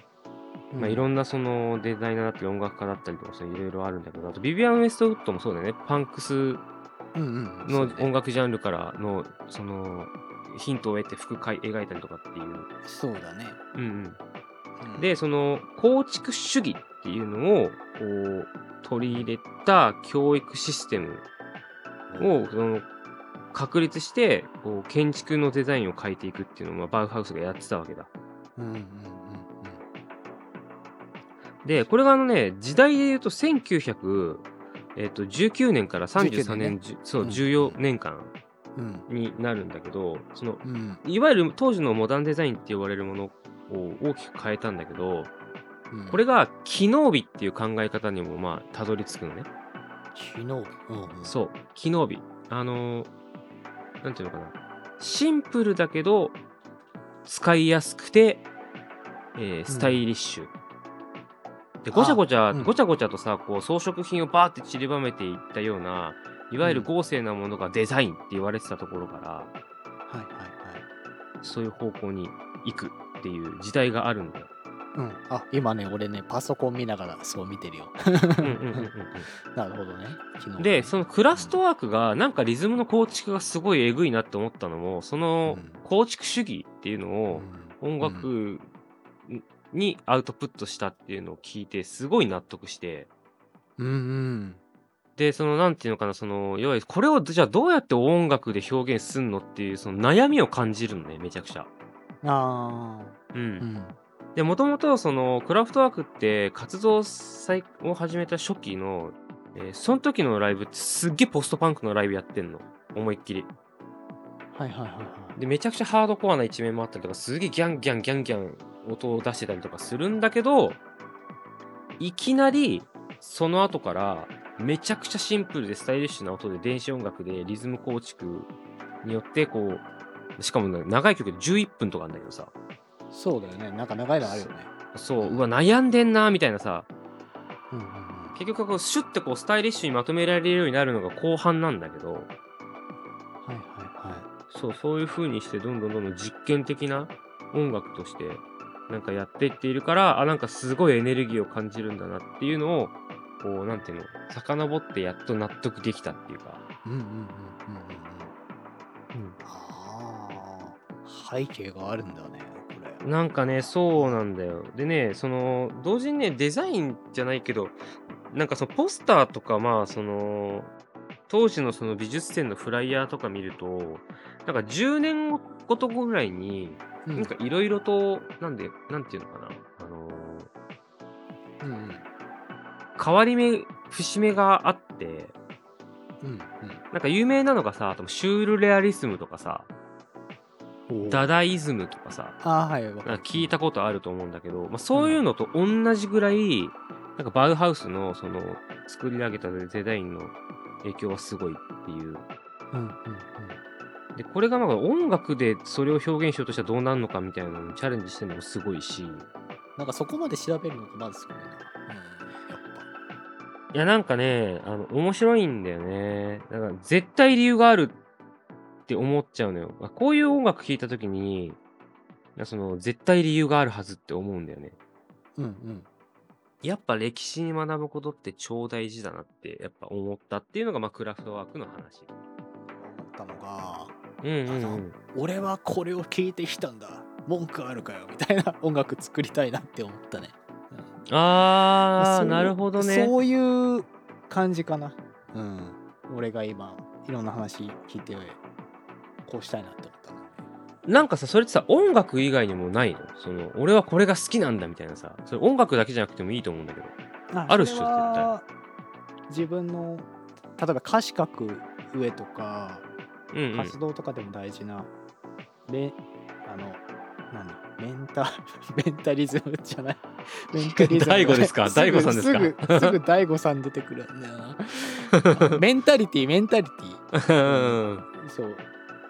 [SPEAKER 2] うん
[SPEAKER 1] まあ、いろんなそのデザイナーだったり音楽家だったりとかそういろいろあるんだけどあとビビアン・ウェストウッドもそうだよねパンクス
[SPEAKER 2] うんうん
[SPEAKER 1] の
[SPEAKER 2] そうね
[SPEAKER 1] 音楽ジャンルからのそのヒントを得て服描い描いたりとかっていう、
[SPEAKER 2] そうだね、
[SPEAKER 1] うん
[SPEAKER 2] う
[SPEAKER 1] うんん、でその構築主義っていうのをこう取り入れた教育システムをその確立してこう建築のデザインを変えていくっていうのをまあバウハウスがやってたわけだ。
[SPEAKER 2] うんうんうん
[SPEAKER 1] でこれがあのね時代で言うと1919、えっと19年から33年じゅそう
[SPEAKER 2] うん
[SPEAKER 1] 14年間
[SPEAKER 2] うん
[SPEAKER 1] になるんだけどその
[SPEAKER 2] うんうん
[SPEAKER 1] いわゆる当時のモダンデザインって呼ばれるものを大きく変えたんだけど
[SPEAKER 2] うん
[SPEAKER 1] これが機能美っていう考え方にもまあたどり着くのね。
[SPEAKER 2] 昨日うんうん
[SPEAKER 1] そう機能美あのーなんていうのかなシンプルだけど使いやすくて、えースタイリッシュ。でごちゃごちゃ、
[SPEAKER 2] あうん
[SPEAKER 1] ごちゃごちゃとさこう装飾品をバーって散りばめていったようないわゆる豪勢なものがデザインって言われてたところから、
[SPEAKER 2] はいはい
[SPEAKER 1] そういう方向に行くっていう時代があるんだよ。
[SPEAKER 2] はいうんあ今ね俺ねパソコン見ながらそう見てるよ
[SPEAKER 1] うんうんうんうん
[SPEAKER 2] なるほどね昨
[SPEAKER 1] うん
[SPEAKER 2] 日
[SPEAKER 1] でそのクラストワークがなんかリズムの構築がすごいえぐいなって思ったのもその
[SPEAKER 2] うん
[SPEAKER 1] 構築主義っていうのを音
[SPEAKER 2] うん
[SPEAKER 1] 楽にアウトプットしたっていうのを聞いてすごい納得して
[SPEAKER 2] うんうん
[SPEAKER 1] でそのなんていうのかなその要はこれをじゃあどうやって音楽で表現すんのっていうその悩みを感じるのねめちゃくちゃ。
[SPEAKER 2] あ
[SPEAKER 1] うん
[SPEAKER 2] ーうん
[SPEAKER 1] でもともとそのクラフトワークって活動再を始めた初期の、えーその時のライブってすっげえポストパンクのライブやってんの思いっきり
[SPEAKER 2] はいはいはいはい
[SPEAKER 1] でめちゃくちゃハードコアな一面もあったりとかすげえギャンギャンギャンギャン音を出してたりとかするんだけどいきなりその後からめちゃくちゃシンプルでスタイリッシュな音で電子音楽でリズム構築によってこうしかもね長い曲で11分とかあるんだけどさ
[SPEAKER 2] そうだよねなんか長いのあるよね
[SPEAKER 1] そううわ悩んでんなみたいなさ
[SPEAKER 2] うんうんうん
[SPEAKER 1] 結局こうシュッてこうスタイリッシュにまとめられるようになるのが後半なんだけど
[SPEAKER 2] はいはいはい
[SPEAKER 1] そうそういう風にしてどんどんどんどん実験的な音楽としてなんかやっていっているからあなんかすごいエネルギーを感じるんだなっていうのをこうなんていうの遡ってやっと納得できたっていうか、
[SPEAKER 2] うんうんうんうんうんうんああ背景があるんだねこれ
[SPEAKER 1] なんかねそうなんだよでねその同時にねデザインじゃないけどなんかそのポスターとかまあその当時のその美術展のフライヤーとか見るとなんか10年ごとぐらいに
[SPEAKER 2] うん
[SPEAKER 1] なんかいろいろとなんでなんていうのかなあのー
[SPEAKER 2] うんうん
[SPEAKER 1] 変わり目節目があって
[SPEAKER 2] うん
[SPEAKER 1] なんか有名なのがさあとシュールレアリスムとかさ
[SPEAKER 2] うん
[SPEAKER 1] ダダイズムとかさ
[SPEAKER 2] ああはいわか
[SPEAKER 1] なん
[SPEAKER 2] る
[SPEAKER 1] か聞いたことあると思うんだけど、まあ、そういうのと同じぐらいなんかバウハウスのその作り上げたデザインの影響はすごいっていう
[SPEAKER 2] うんうん
[SPEAKER 1] でこれがなんか音楽でそれを表現しようとしたらどうなるのかみたいなのにチャレンジしてるのもすごいし
[SPEAKER 2] なんかそこまで調べるのがまずすごいな
[SPEAKER 1] いやなんかねあの面白いんだよねだから絶対理由があるって思っちゃうのよあこういう音楽聴いた時にいやその絶対理由があるはずって思うんだよね
[SPEAKER 2] うんうん
[SPEAKER 1] やっぱ歴史に学ぶことって超大事だなってやっぱ思ったっていうのがまあクラフトワークの話
[SPEAKER 2] 思ったのが
[SPEAKER 1] うん
[SPEAKER 2] うんうん俺はこれを聞いてきたんだ文句あるかよみたいな音楽作りたいなって思ったね
[SPEAKER 1] あ
[SPEAKER 2] そ
[SPEAKER 1] あ
[SPEAKER 2] う
[SPEAKER 1] なるほどね
[SPEAKER 2] そういう感じかなうん俺が今いろんな話聞いてこうしたいなって思ったのね
[SPEAKER 1] なんかさそれってさ音楽以外にもないのその俺はこれが好きなんだみたいなさそれ音楽だけじゃなくてもいいと思うんだけど
[SPEAKER 2] あ
[SPEAKER 1] あるっしょ
[SPEAKER 2] それは自分の例えば歌詞書く上とか
[SPEAKER 1] うんうん
[SPEAKER 2] 活動とかでも大事な、であの何メンタ メンタリズムじ ゃないメンタリズムじゃな
[SPEAKER 1] 大
[SPEAKER 2] い
[SPEAKER 1] 悟ですか
[SPEAKER 2] ぐ
[SPEAKER 1] 大悟さんですか
[SPEAKER 2] ぐすぐ大悟さん出てくる んだよなメンタリティメンタリティ
[SPEAKER 1] うん
[SPEAKER 2] そう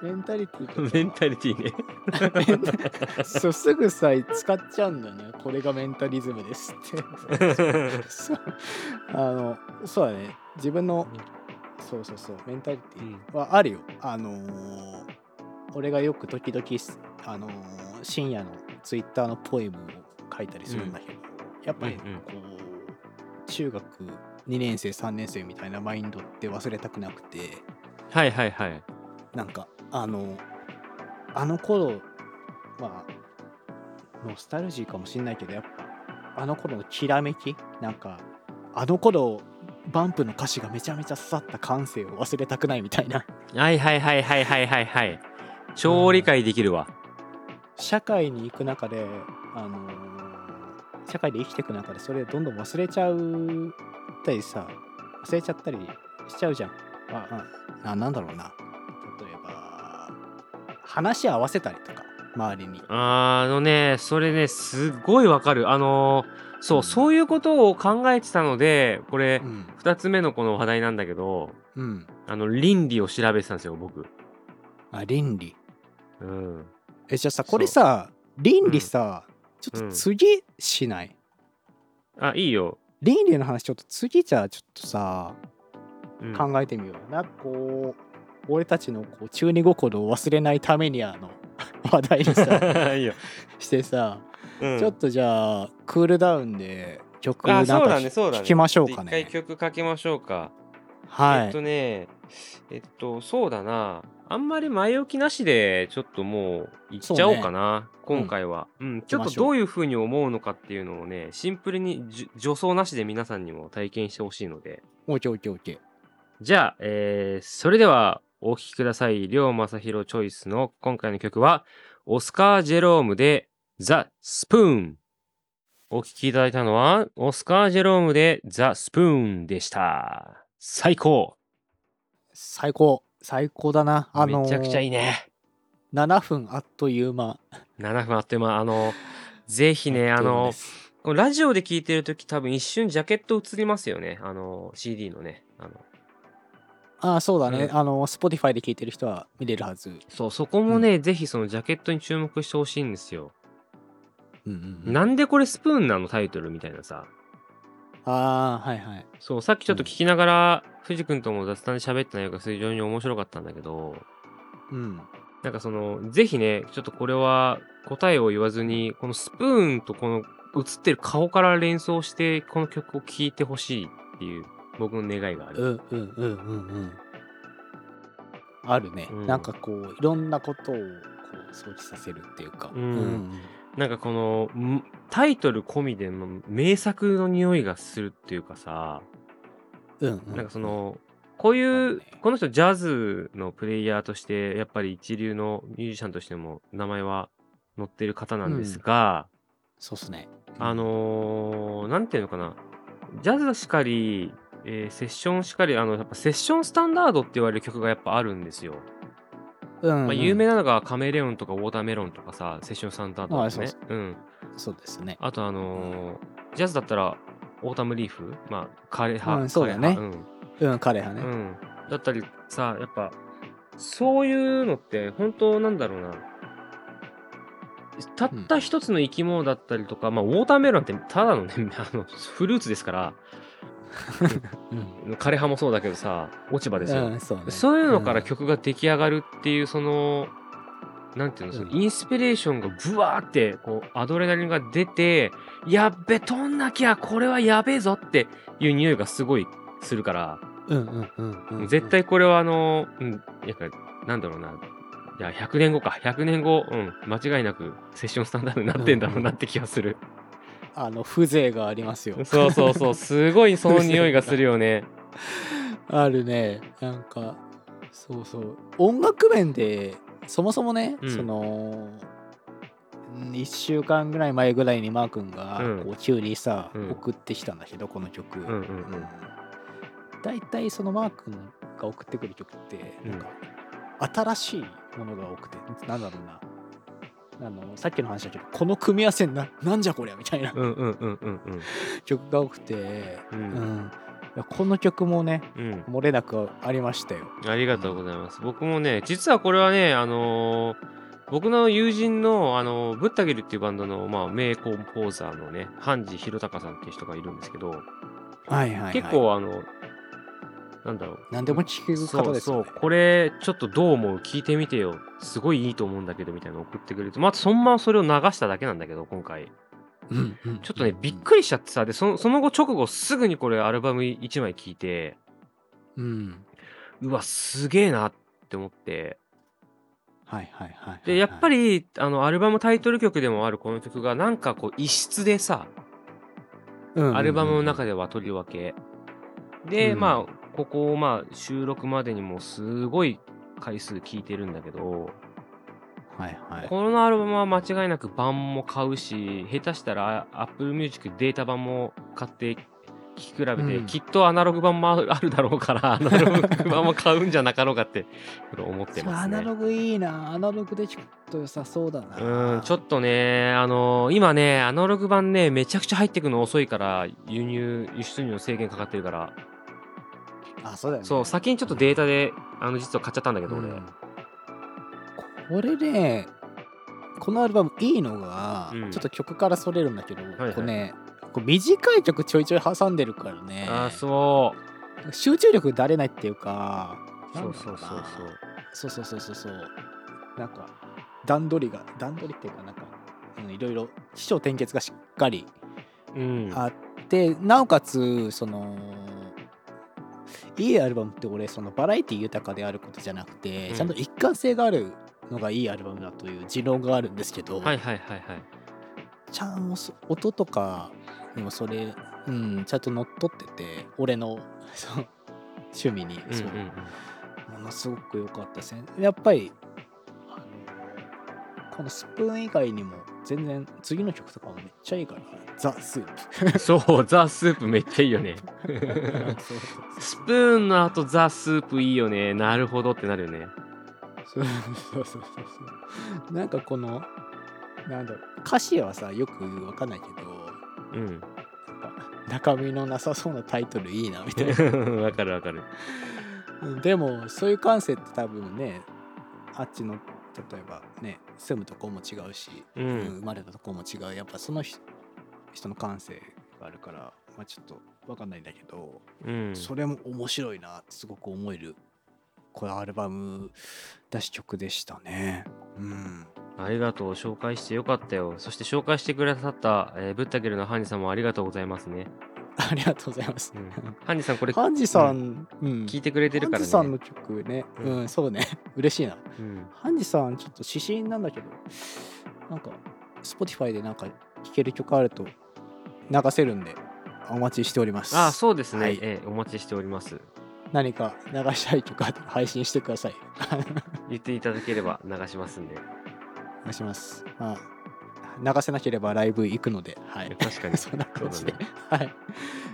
[SPEAKER 2] メンタリティと か
[SPEAKER 1] メンタリティね。
[SPEAKER 2] そうすぐさえ使っちゃうんだよねこれがメンタリズムですっ てそうあのそうだね自分のそうそうそうメンタリテ
[SPEAKER 1] うん
[SPEAKER 2] ィはあるよあのー俺がよく時々すあのー深夜のツイッターのポエムを書いたりするんだけど、やっぱり
[SPEAKER 1] うんうん
[SPEAKER 2] こう、中学2年生3年生みたいなマインドって忘れたくなくて、
[SPEAKER 1] はいはいはい。
[SPEAKER 2] なんかあのあの頃まあノスタルジーかもしんないけどやっぱあの頃のきらめきなんかあの頃バンプの歌詞がめちゃめちゃ刺さった感性を忘れたくないみたいな
[SPEAKER 1] はいはいはいはいはいはいはい。超理解できるわ。
[SPEAKER 2] 社会に行く中であの社会で生きていく中でそれどんどん忘れちゃうったりさ忘れちゃったりしちゃうじゃんああななんだろうな例えば話合わせたりとか周りに
[SPEAKER 1] あのね、それね、すっごいわかる。あのーそうう、
[SPEAKER 2] ん
[SPEAKER 1] そういうことを考えてたので、これ
[SPEAKER 2] う、ん
[SPEAKER 1] 2つ目のこの話題なんだけど、
[SPEAKER 2] うん。
[SPEAKER 1] あの、倫理を調べてたんですよ、僕。
[SPEAKER 2] あ、倫理。
[SPEAKER 1] うん。
[SPEAKER 2] え、じゃあさ、
[SPEAKER 1] そう
[SPEAKER 2] これさ、倫理さ、ちょっと次しない、
[SPEAKER 1] あ、いいよ。
[SPEAKER 2] 倫理の話ちょっと次じゃあちょっとさ、
[SPEAKER 1] うん
[SPEAKER 2] 考えてみよう。なんかこう、俺たちのこう中二心を忘れないためにあの 話題にさ、
[SPEAKER 1] いいよ。
[SPEAKER 2] してさ、
[SPEAKER 1] うん
[SPEAKER 2] ちょっとじゃあクールダウンで曲なん
[SPEAKER 1] あ、
[SPEAKER 2] か
[SPEAKER 1] そうだね、そうだね。
[SPEAKER 2] 聞きましょうか
[SPEAKER 1] 一回
[SPEAKER 2] ね。
[SPEAKER 1] 曲かけましょうか。
[SPEAKER 2] は
[SPEAKER 1] えっ
[SPEAKER 2] い。
[SPEAKER 1] とね、えっと、そうだな。あんまり前置きなしで、ちょっともう、いっちゃおうかな、今回は、うん。ちょっとどういうふうに思うのかっていうのをね、シンプルにじゅ助走なしで皆さんにも体験してほしいので。
[SPEAKER 2] オッケーオッケーオッケー。
[SPEAKER 1] じゃあ、えーそれでは、お聴きください。りょうまさひろチョイスの今回の曲は、オスカー・ジェロームで、ザ・スプーン。お聴きいただいたのは、オスカー・ジェロームで、ザ・スプーンでした。最高
[SPEAKER 2] 最高。最高だな。あのー
[SPEAKER 1] めちゃくちゃいいね。
[SPEAKER 2] 7分あっという間。
[SPEAKER 1] 7分あっという間、あの、ぜひね、あ
[SPEAKER 2] っという間
[SPEAKER 1] の
[SPEAKER 2] で、す
[SPEAKER 1] ラジオで聞いてるとき多分一瞬ジャケット映りますよね。あの、CD のね。あの
[SPEAKER 2] あーそうだね、
[SPEAKER 1] うん
[SPEAKER 2] あの Spotify で聞いてる人は見れるはず、
[SPEAKER 1] そう、そこもね、ぜひそのジャケットに注目してほしいんですよ。
[SPEAKER 2] あ
[SPEAKER 1] なんでこれスプーンなのタイトルみたいなさ。
[SPEAKER 2] あーはいはい
[SPEAKER 1] そう、さっきちょっと聞きながら、藤君とも雑談で喋った内容が非常に面白かったんだけど、
[SPEAKER 2] うん
[SPEAKER 1] なんかその、ぜひね、ちょっとこれは答えを言わずに、このスプーンとこの映ってる顔から連想して、この曲を聴いてほしいっていう、僕の願いがあ
[SPEAKER 2] う
[SPEAKER 1] る。
[SPEAKER 2] んうんうんうんうんあるね、
[SPEAKER 1] うん
[SPEAKER 2] なんかこういろんなことをこう想起させるっていうか
[SPEAKER 1] うんなんかこの、んタイトル込みでの名作の匂いがするっていうかさ、
[SPEAKER 2] うんうん
[SPEAKER 1] なんかその、こういう、
[SPEAKER 2] そうだね
[SPEAKER 1] この人ジャズのプレイヤーとして、やっぱり一流のミュージシャンとしても名前は載ってる方なんですが、
[SPEAKER 2] そうっすね
[SPEAKER 1] あのーなんていうのかな、ジャズしかり、えーセッションしかり、あのやっぱセッションスタンダードって言われる曲がやっぱあるんですよ。
[SPEAKER 2] うんうん
[SPEAKER 1] まあ、有名なのがカメレオンとかウォーターメロンとかさ、セッションスタンダードですね
[SPEAKER 2] あそ。
[SPEAKER 1] うん、
[SPEAKER 2] そうですね
[SPEAKER 1] あと、あのージャズだったら、オータムリーフ、まあ、枯れ葉、
[SPEAKER 2] うんそうだ
[SPEAKER 1] 枯れ
[SPEAKER 2] ね
[SPEAKER 1] 葉うん
[SPEAKER 2] うん彼はね、
[SPEAKER 1] うん、だったりさやっぱそういうのって本当なんだろうなたった一つの生き物だったりとか、まあウォーターメロンってただのね あのフルーツですから
[SPEAKER 2] うん
[SPEAKER 1] 枯れ葉もそうだけどさ落ち葉ですよ、
[SPEAKER 2] うんそうね
[SPEAKER 1] そういうのから
[SPEAKER 2] ん
[SPEAKER 1] 曲が出来上がるっていうその、なんていうのその
[SPEAKER 2] うん
[SPEAKER 1] インスピレーションがブワーってこうアドレナリンが出てやっべ取んなきゃこれはやべえぞっていう匂いがすごいするから。
[SPEAKER 2] うんうんうんうん、うん、
[SPEAKER 1] 絶対これはあの、うん、やっぱなんだろうな。いや、100年後か。100年後、うん、間違いなくセッションスタンダードになってんだろうなって気がする。
[SPEAKER 2] あの風情がありますよ
[SPEAKER 1] そうそうそう。すごいその匂いがするよね。
[SPEAKER 2] あるねなんかそうそう音楽面でそもそもね、
[SPEAKER 1] うん
[SPEAKER 2] その1週間ぐらい前ぐらいにマー君が
[SPEAKER 1] うん
[SPEAKER 2] こう急にさ、
[SPEAKER 1] うん
[SPEAKER 2] 送ってきたんだけどこの 曲、
[SPEAKER 1] うんうん
[SPEAKER 2] うん大体そのマー君が送ってくる曲って
[SPEAKER 1] うん
[SPEAKER 2] なんか新しいものが多くてなんだろうなあのさっきの話だけどこの組み合わせななんじゃこりゃみたいな
[SPEAKER 1] うん。うんうんうんうん
[SPEAKER 2] 曲が多くて
[SPEAKER 1] う。
[SPEAKER 2] うんん、やこの曲もね
[SPEAKER 1] うん、
[SPEAKER 2] 漏れなくありましたよ
[SPEAKER 1] ありがとうございます。僕もね、実はこれはね、あのー僕の友人の、あのーブッタゲルっていうバンドの、まあ、名コンポーザーのね、ハンジ・ヒロタカさんっていう人がいるんですけど、
[SPEAKER 2] はいはい、はい、
[SPEAKER 1] 結構、あの、なんだろう。
[SPEAKER 2] 何でも聞ける
[SPEAKER 1] そ
[SPEAKER 2] 方
[SPEAKER 1] う
[SPEAKER 2] です
[SPEAKER 1] そ
[SPEAKER 2] よ
[SPEAKER 1] う、
[SPEAKER 2] ね
[SPEAKER 1] これ、ちょっとどう思う聞いてみてよ。すごいいいと思うんだけど、みたいなの送ってくれて、まあ、そのままそれを流しただけなんだけど、今回。
[SPEAKER 2] うんうん
[SPEAKER 1] ちょっとね、びっ
[SPEAKER 2] り
[SPEAKER 1] くりしちゃってさ、で、そのその後、直後、すぐにこれ、アルバム1枚聞いて、
[SPEAKER 2] うん
[SPEAKER 1] うわ、すげえなって思って、
[SPEAKER 2] はいはいはいはい
[SPEAKER 1] でやっぱりあのアルバムタイトル曲でもあるこの曲がなんかこう異質でさアルバムの中
[SPEAKER 2] で
[SPEAKER 1] ではとりわけで
[SPEAKER 2] うん
[SPEAKER 1] まあここをまあ収録までにもすごい回数聴いてるんだけど
[SPEAKER 2] はいはい
[SPEAKER 1] このアルバムは間違いなく版も買うし下手したら Apple Music データ版も買って聴き比べて、
[SPEAKER 2] うん
[SPEAKER 1] きっとアナログ版もあるあるだろうからアナログ版も買うんじゃなかろうかってこれ思って
[SPEAKER 2] そう
[SPEAKER 1] ます
[SPEAKER 2] ア
[SPEAKER 1] ね。
[SPEAKER 2] ナログいいなアナログでちょっと良さそうだな
[SPEAKER 1] うーん、ちょっとね、あの今ね、アナログ版ね、めちゃくちゃ入ってくの遅いから、輸入、輸出入の制限かかってるから、
[SPEAKER 2] あそうだよね
[SPEAKER 1] そう、先にちょっとデータで、あの、実は買っちゃったんだけど、俺。
[SPEAKER 2] うんこれねこのアルバムいいのが、
[SPEAKER 1] うん
[SPEAKER 2] ちょっと曲からそれるんだけど、
[SPEAKER 1] はい
[SPEAKER 2] こうねこう短い曲ちょいちょい挟んでるからね
[SPEAKER 1] あー、そう。
[SPEAKER 2] 集中力だれないっていうか
[SPEAKER 1] そうそうそう
[SPEAKER 2] そうそうそうそうそうなんか段取りが段取りっていうかなんかうんいろいろ起承転結がしっかり
[SPEAKER 1] そう。うん。
[SPEAKER 2] あって、なおかつそのいいアルバムって俺そのバラエティ豊かであることじゃなくて、
[SPEAKER 1] うん
[SPEAKER 2] ちゃんと一貫性があるのがいいアルバムだという持論があるんですけど、
[SPEAKER 1] はいはいはいはい。
[SPEAKER 2] ちゃんとそ音とかにもそれ、うん、ちゃんと乗っ取ってて俺のその趣味に、
[SPEAKER 1] うん
[SPEAKER 2] そううん
[SPEAKER 1] うん。
[SPEAKER 2] ものすごく良かったですねやっぱりあのこのスプーン以外にも全然次の曲とかもめっちゃいいから「ザ・スープ」
[SPEAKER 1] そう、ザ・スープめっちゃいいよね。
[SPEAKER 2] そうそう
[SPEAKER 1] スプーンの後、ザ・スープいいよね。なるほどってなるよね。
[SPEAKER 2] そうそうそうそうそうなんかこのなんだろう歌詞はさよくわかんないけど
[SPEAKER 1] うん。
[SPEAKER 2] 中身のなさそうなタイトルいいなみたい
[SPEAKER 1] わかるわかる。
[SPEAKER 2] なでもそういう感性って多分ねあっちの例えばね住むとこも違うし、
[SPEAKER 1] う
[SPEAKER 2] うん
[SPEAKER 1] ん。
[SPEAKER 2] 生まれたとこも違うやっぱその人人の感性があるから、まあ、ちょっとわかんないんだけど、
[SPEAKER 1] うん。
[SPEAKER 2] それも面白いなってすごく思えるこのアルバム出し曲でしたねうん
[SPEAKER 1] ありがとう。紹介してよかったよ。そして紹介してくださった、えーブッタゲルのハンジさんもありがとうございますね。
[SPEAKER 2] ありがとうございます
[SPEAKER 1] うん。ハンジさん、これ
[SPEAKER 2] ハンジさん、うん、
[SPEAKER 1] 聞いてくれてる
[SPEAKER 2] ハ
[SPEAKER 1] か
[SPEAKER 2] ン
[SPEAKER 1] ら
[SPEAKER 2] ジ
[SPEAKER 1] ね。
[SPEAKER 2] さんの曲ね、
[SPEAKER 1] う
[SPEAKER 2] うんん、そうね、 嬉しいな。
[SPEAKER 1] うん
[SPEAKER 2] ハンジさん、ちょっと指針なんだけど、なんか、Spotify でなんか聴ける曲あると流せるんで、お待ちしております。
[SPEAKER 1] あ、そうですね、
[SPEAKER 2] はい
[SPEAKER 1] えーお待ちしております。
[SPEAKER 2] 何か流したい曲あったら配信してください。
[SPEAKER 1] 言っていただければ流しますんで。
[SPEAKER 2] お願いします。まあ、流せなければライブ行くので、はい。
[SPEAKER 1] 確かに。
[SPEAKER 2] そんな感じで、
[SPEAKER 1] そうだ
[SPEAKER 2] はい。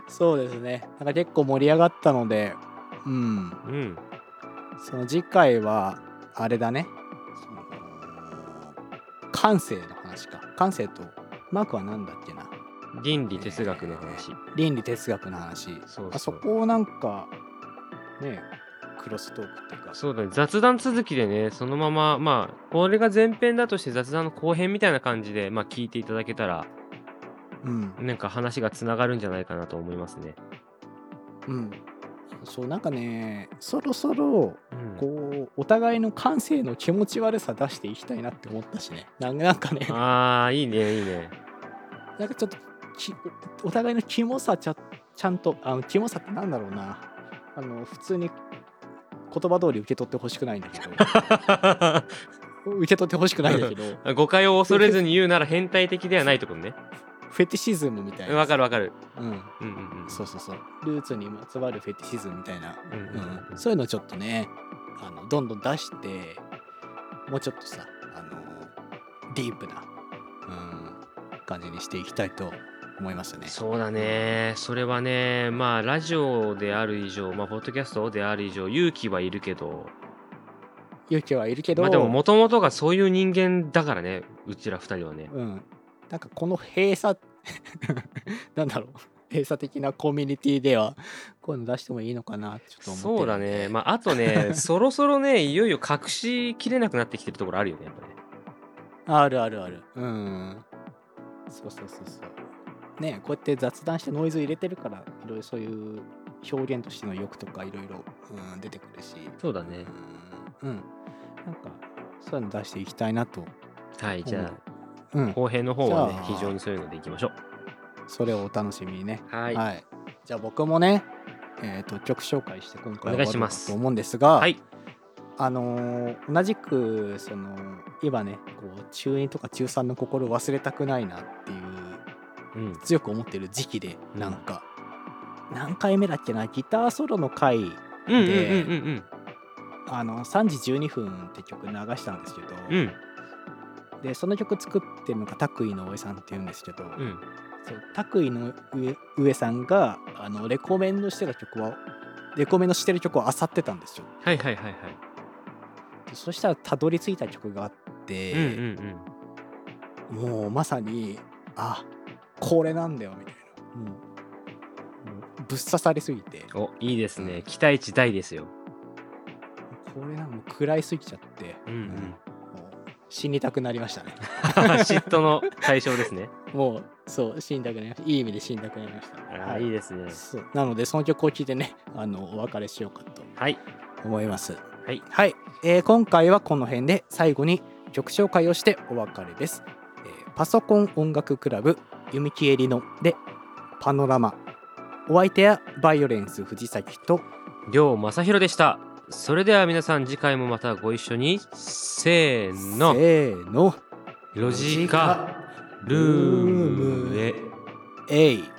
[SPEAKER 2] そうですね。なんか結構盛り上がったので、うん。
[SPEAKER 1] うん。
[SPEAKER 2] その次回はあれだねその感性の話か感性とマークは何だっけな
[SPEAKER 1] 倫理哲学の話。
[SPEAKER 2] 倫理哲学の話
[SPEAKER 1] そうそう
[SPEAKER 2] あそこをなんかねクロストークっていうか
[SPEAKER 1] そうだね。雑談続きでね、そのまま、まあ、これが前編だとして雑談の後編みたいな感じで、まあ、聞いていただけたら、
[SPEAKER 2] うん
[SPEAKER 1] なんか話がつながるんじゃないかなと思いますね。
[SPEAKER 2] うんそうなんかねそろそろ
[SPEAKER 1] うん
[SPEAKER 2] こうお互いの感性の気持ち悪さ出していきたいなって思ったしねなんなんかね
[SPEAKER 1] ああ、いいね、いいね。
[SPEAKER 2] なんかちょっときおお互いのキモさちゃちゃんとあのキモさってなんだろうなあの普通に言葉通り受け取ってほしくないんだけど受け取ってほしくないんだけ ど
[SPEAKER 1] 誤解を恐れずに言うなら変態的ではないってこと ね。
[SPEAKER 2] フェティシズムみたいな
[SPEAKER 1] わかるわかる。
[SPEAKER 2] うん、
[SPEAKER 1] うんうんうん。
[SPEAKER 2] そうそうそうルーツにまつわるフェティシズムみたいな、
[SPEAKER 1] うんうんう
[SPEAKER 2] うんんそういうのちょっとねあのどんどん出してもうちょっとさあのディープな、うん、感じにしていきたいと思いましたね
[SPEAKER 1] そうだね。それはね、まあ、ラジオである以上、まあ、ポッドキャストである以上、勇気はいるけど、
[SPEAKER 2] 勇気はいるけど、
[SPEAKER 1] まあ、でも、もともとがそういう人間だからね、うちら二人はね。
[SPEAKER 2] うん、なんかこの閉鎖なんだろう閉鎖的なコミュニティではこういうの出してもいいのかなってちょっと思ってる
[SPEAKER 1] そうだねまああと ねそろそろねいよいよ隠しきれなくなってきてるところあるよねやっぱね
[SPEAKER 2] あるあるあるうんそうそうそうそうねこうやって雑談してノイズ入れてるからいろいろそういう表現としての欲とかいろいろうん出てくるし
[SPEAKER 1] そうだね
[SPEAKER 2] うんうんなんかそういうの出していきたいなと
[SPEAKER 1] はいじゃあ
[SPEAKER 2] うん
[SPEAKER 1] 後編の方は
[SPEAKER 2] じ
[SPEAKER 1] ね
[SPEAKER 2] ゃあ
[SPEAKER 1] 非常にそういうのでいきましょう
[SPEAKER 2] それをお楽しみにね
[SPEAKER 1] はい
[SPEAKER 2] はい、じゃあ僕もね、えーと曲紹介して今回
[SPEAKER 1] お願いします
[SPEAKER 2] 終わろうかと思うんですが、
[SPEAKER 1] はい
[SPEAKER 2] あのー同じくその今ねこう中2とか中3の心を忘れたくないなっていう
[SPEAKER 1] うん
[SPEAKER 2] 強く思ってる時期でなんか、何回目だっけなギターソロの回
[SPEAKER 1] うんうんうんうん
[SPEAKER 2] あの3時12分って曲流したんですけど、
[SPEAKER 1] うんうん
[SPEAKER 2] でその曲作ってるのが拓井の上さんっていうんですけど、
[SPEAKER 1] うん
[SPEAKER 2] そう拓井の上上さんがあのレコメンドしてた曲はレコメンドしてる曲を漁ってたんですよ
[SPEAKER 1] はいはいはいはい
[SPEAKER 2] でそしたらたどり着いた曲があっ
[SPEAKER 1] うんうん
[SPEAKER 2] て、
[SPEAKER 1] うん
[SPEAKER 2] もうまさにあこれなんだよみたいなもうもうぶっ刺さりすぎて
[SPEAKER 1] おいいですね期待値大ですよ
[SPEAKER 2] これなんかもう食らいすぎちゃって、
[SPEAKER 1] うん
[SPEAKER 2] もう死にたくなりまし たね
[SPEAKER 1] 嫉妬の対象ですね
[SPEAKER 2] もうそう死にたくなりましたいい意味で死にたくなりました
[SPEAKER 1] あ
[SPEAKER 2] は
[SPEAKER 1] ーいいですね
[SPEAKER 2] そうなのでその曲を聴いてねあのお別れしようかと
[SPEAKER 1] はい
[SPEAKER 2] 思います
[SPEAKER 1] はい
[SPEAKER 2] はい、えー今回はこの辺で最後に曲紹介をしてお別れです、えーパソコン音楽クラブ弓木えりのでパノラマお相手はバイオレンス藤崎と
[SPEAKER 1] 両正弘でしたそれでは皆さん次回もまたご一緒にせーの
[SPEAKER 2] せーの
[SPEAKER 1] ロジカルームへ
[SPEAKER 2] えい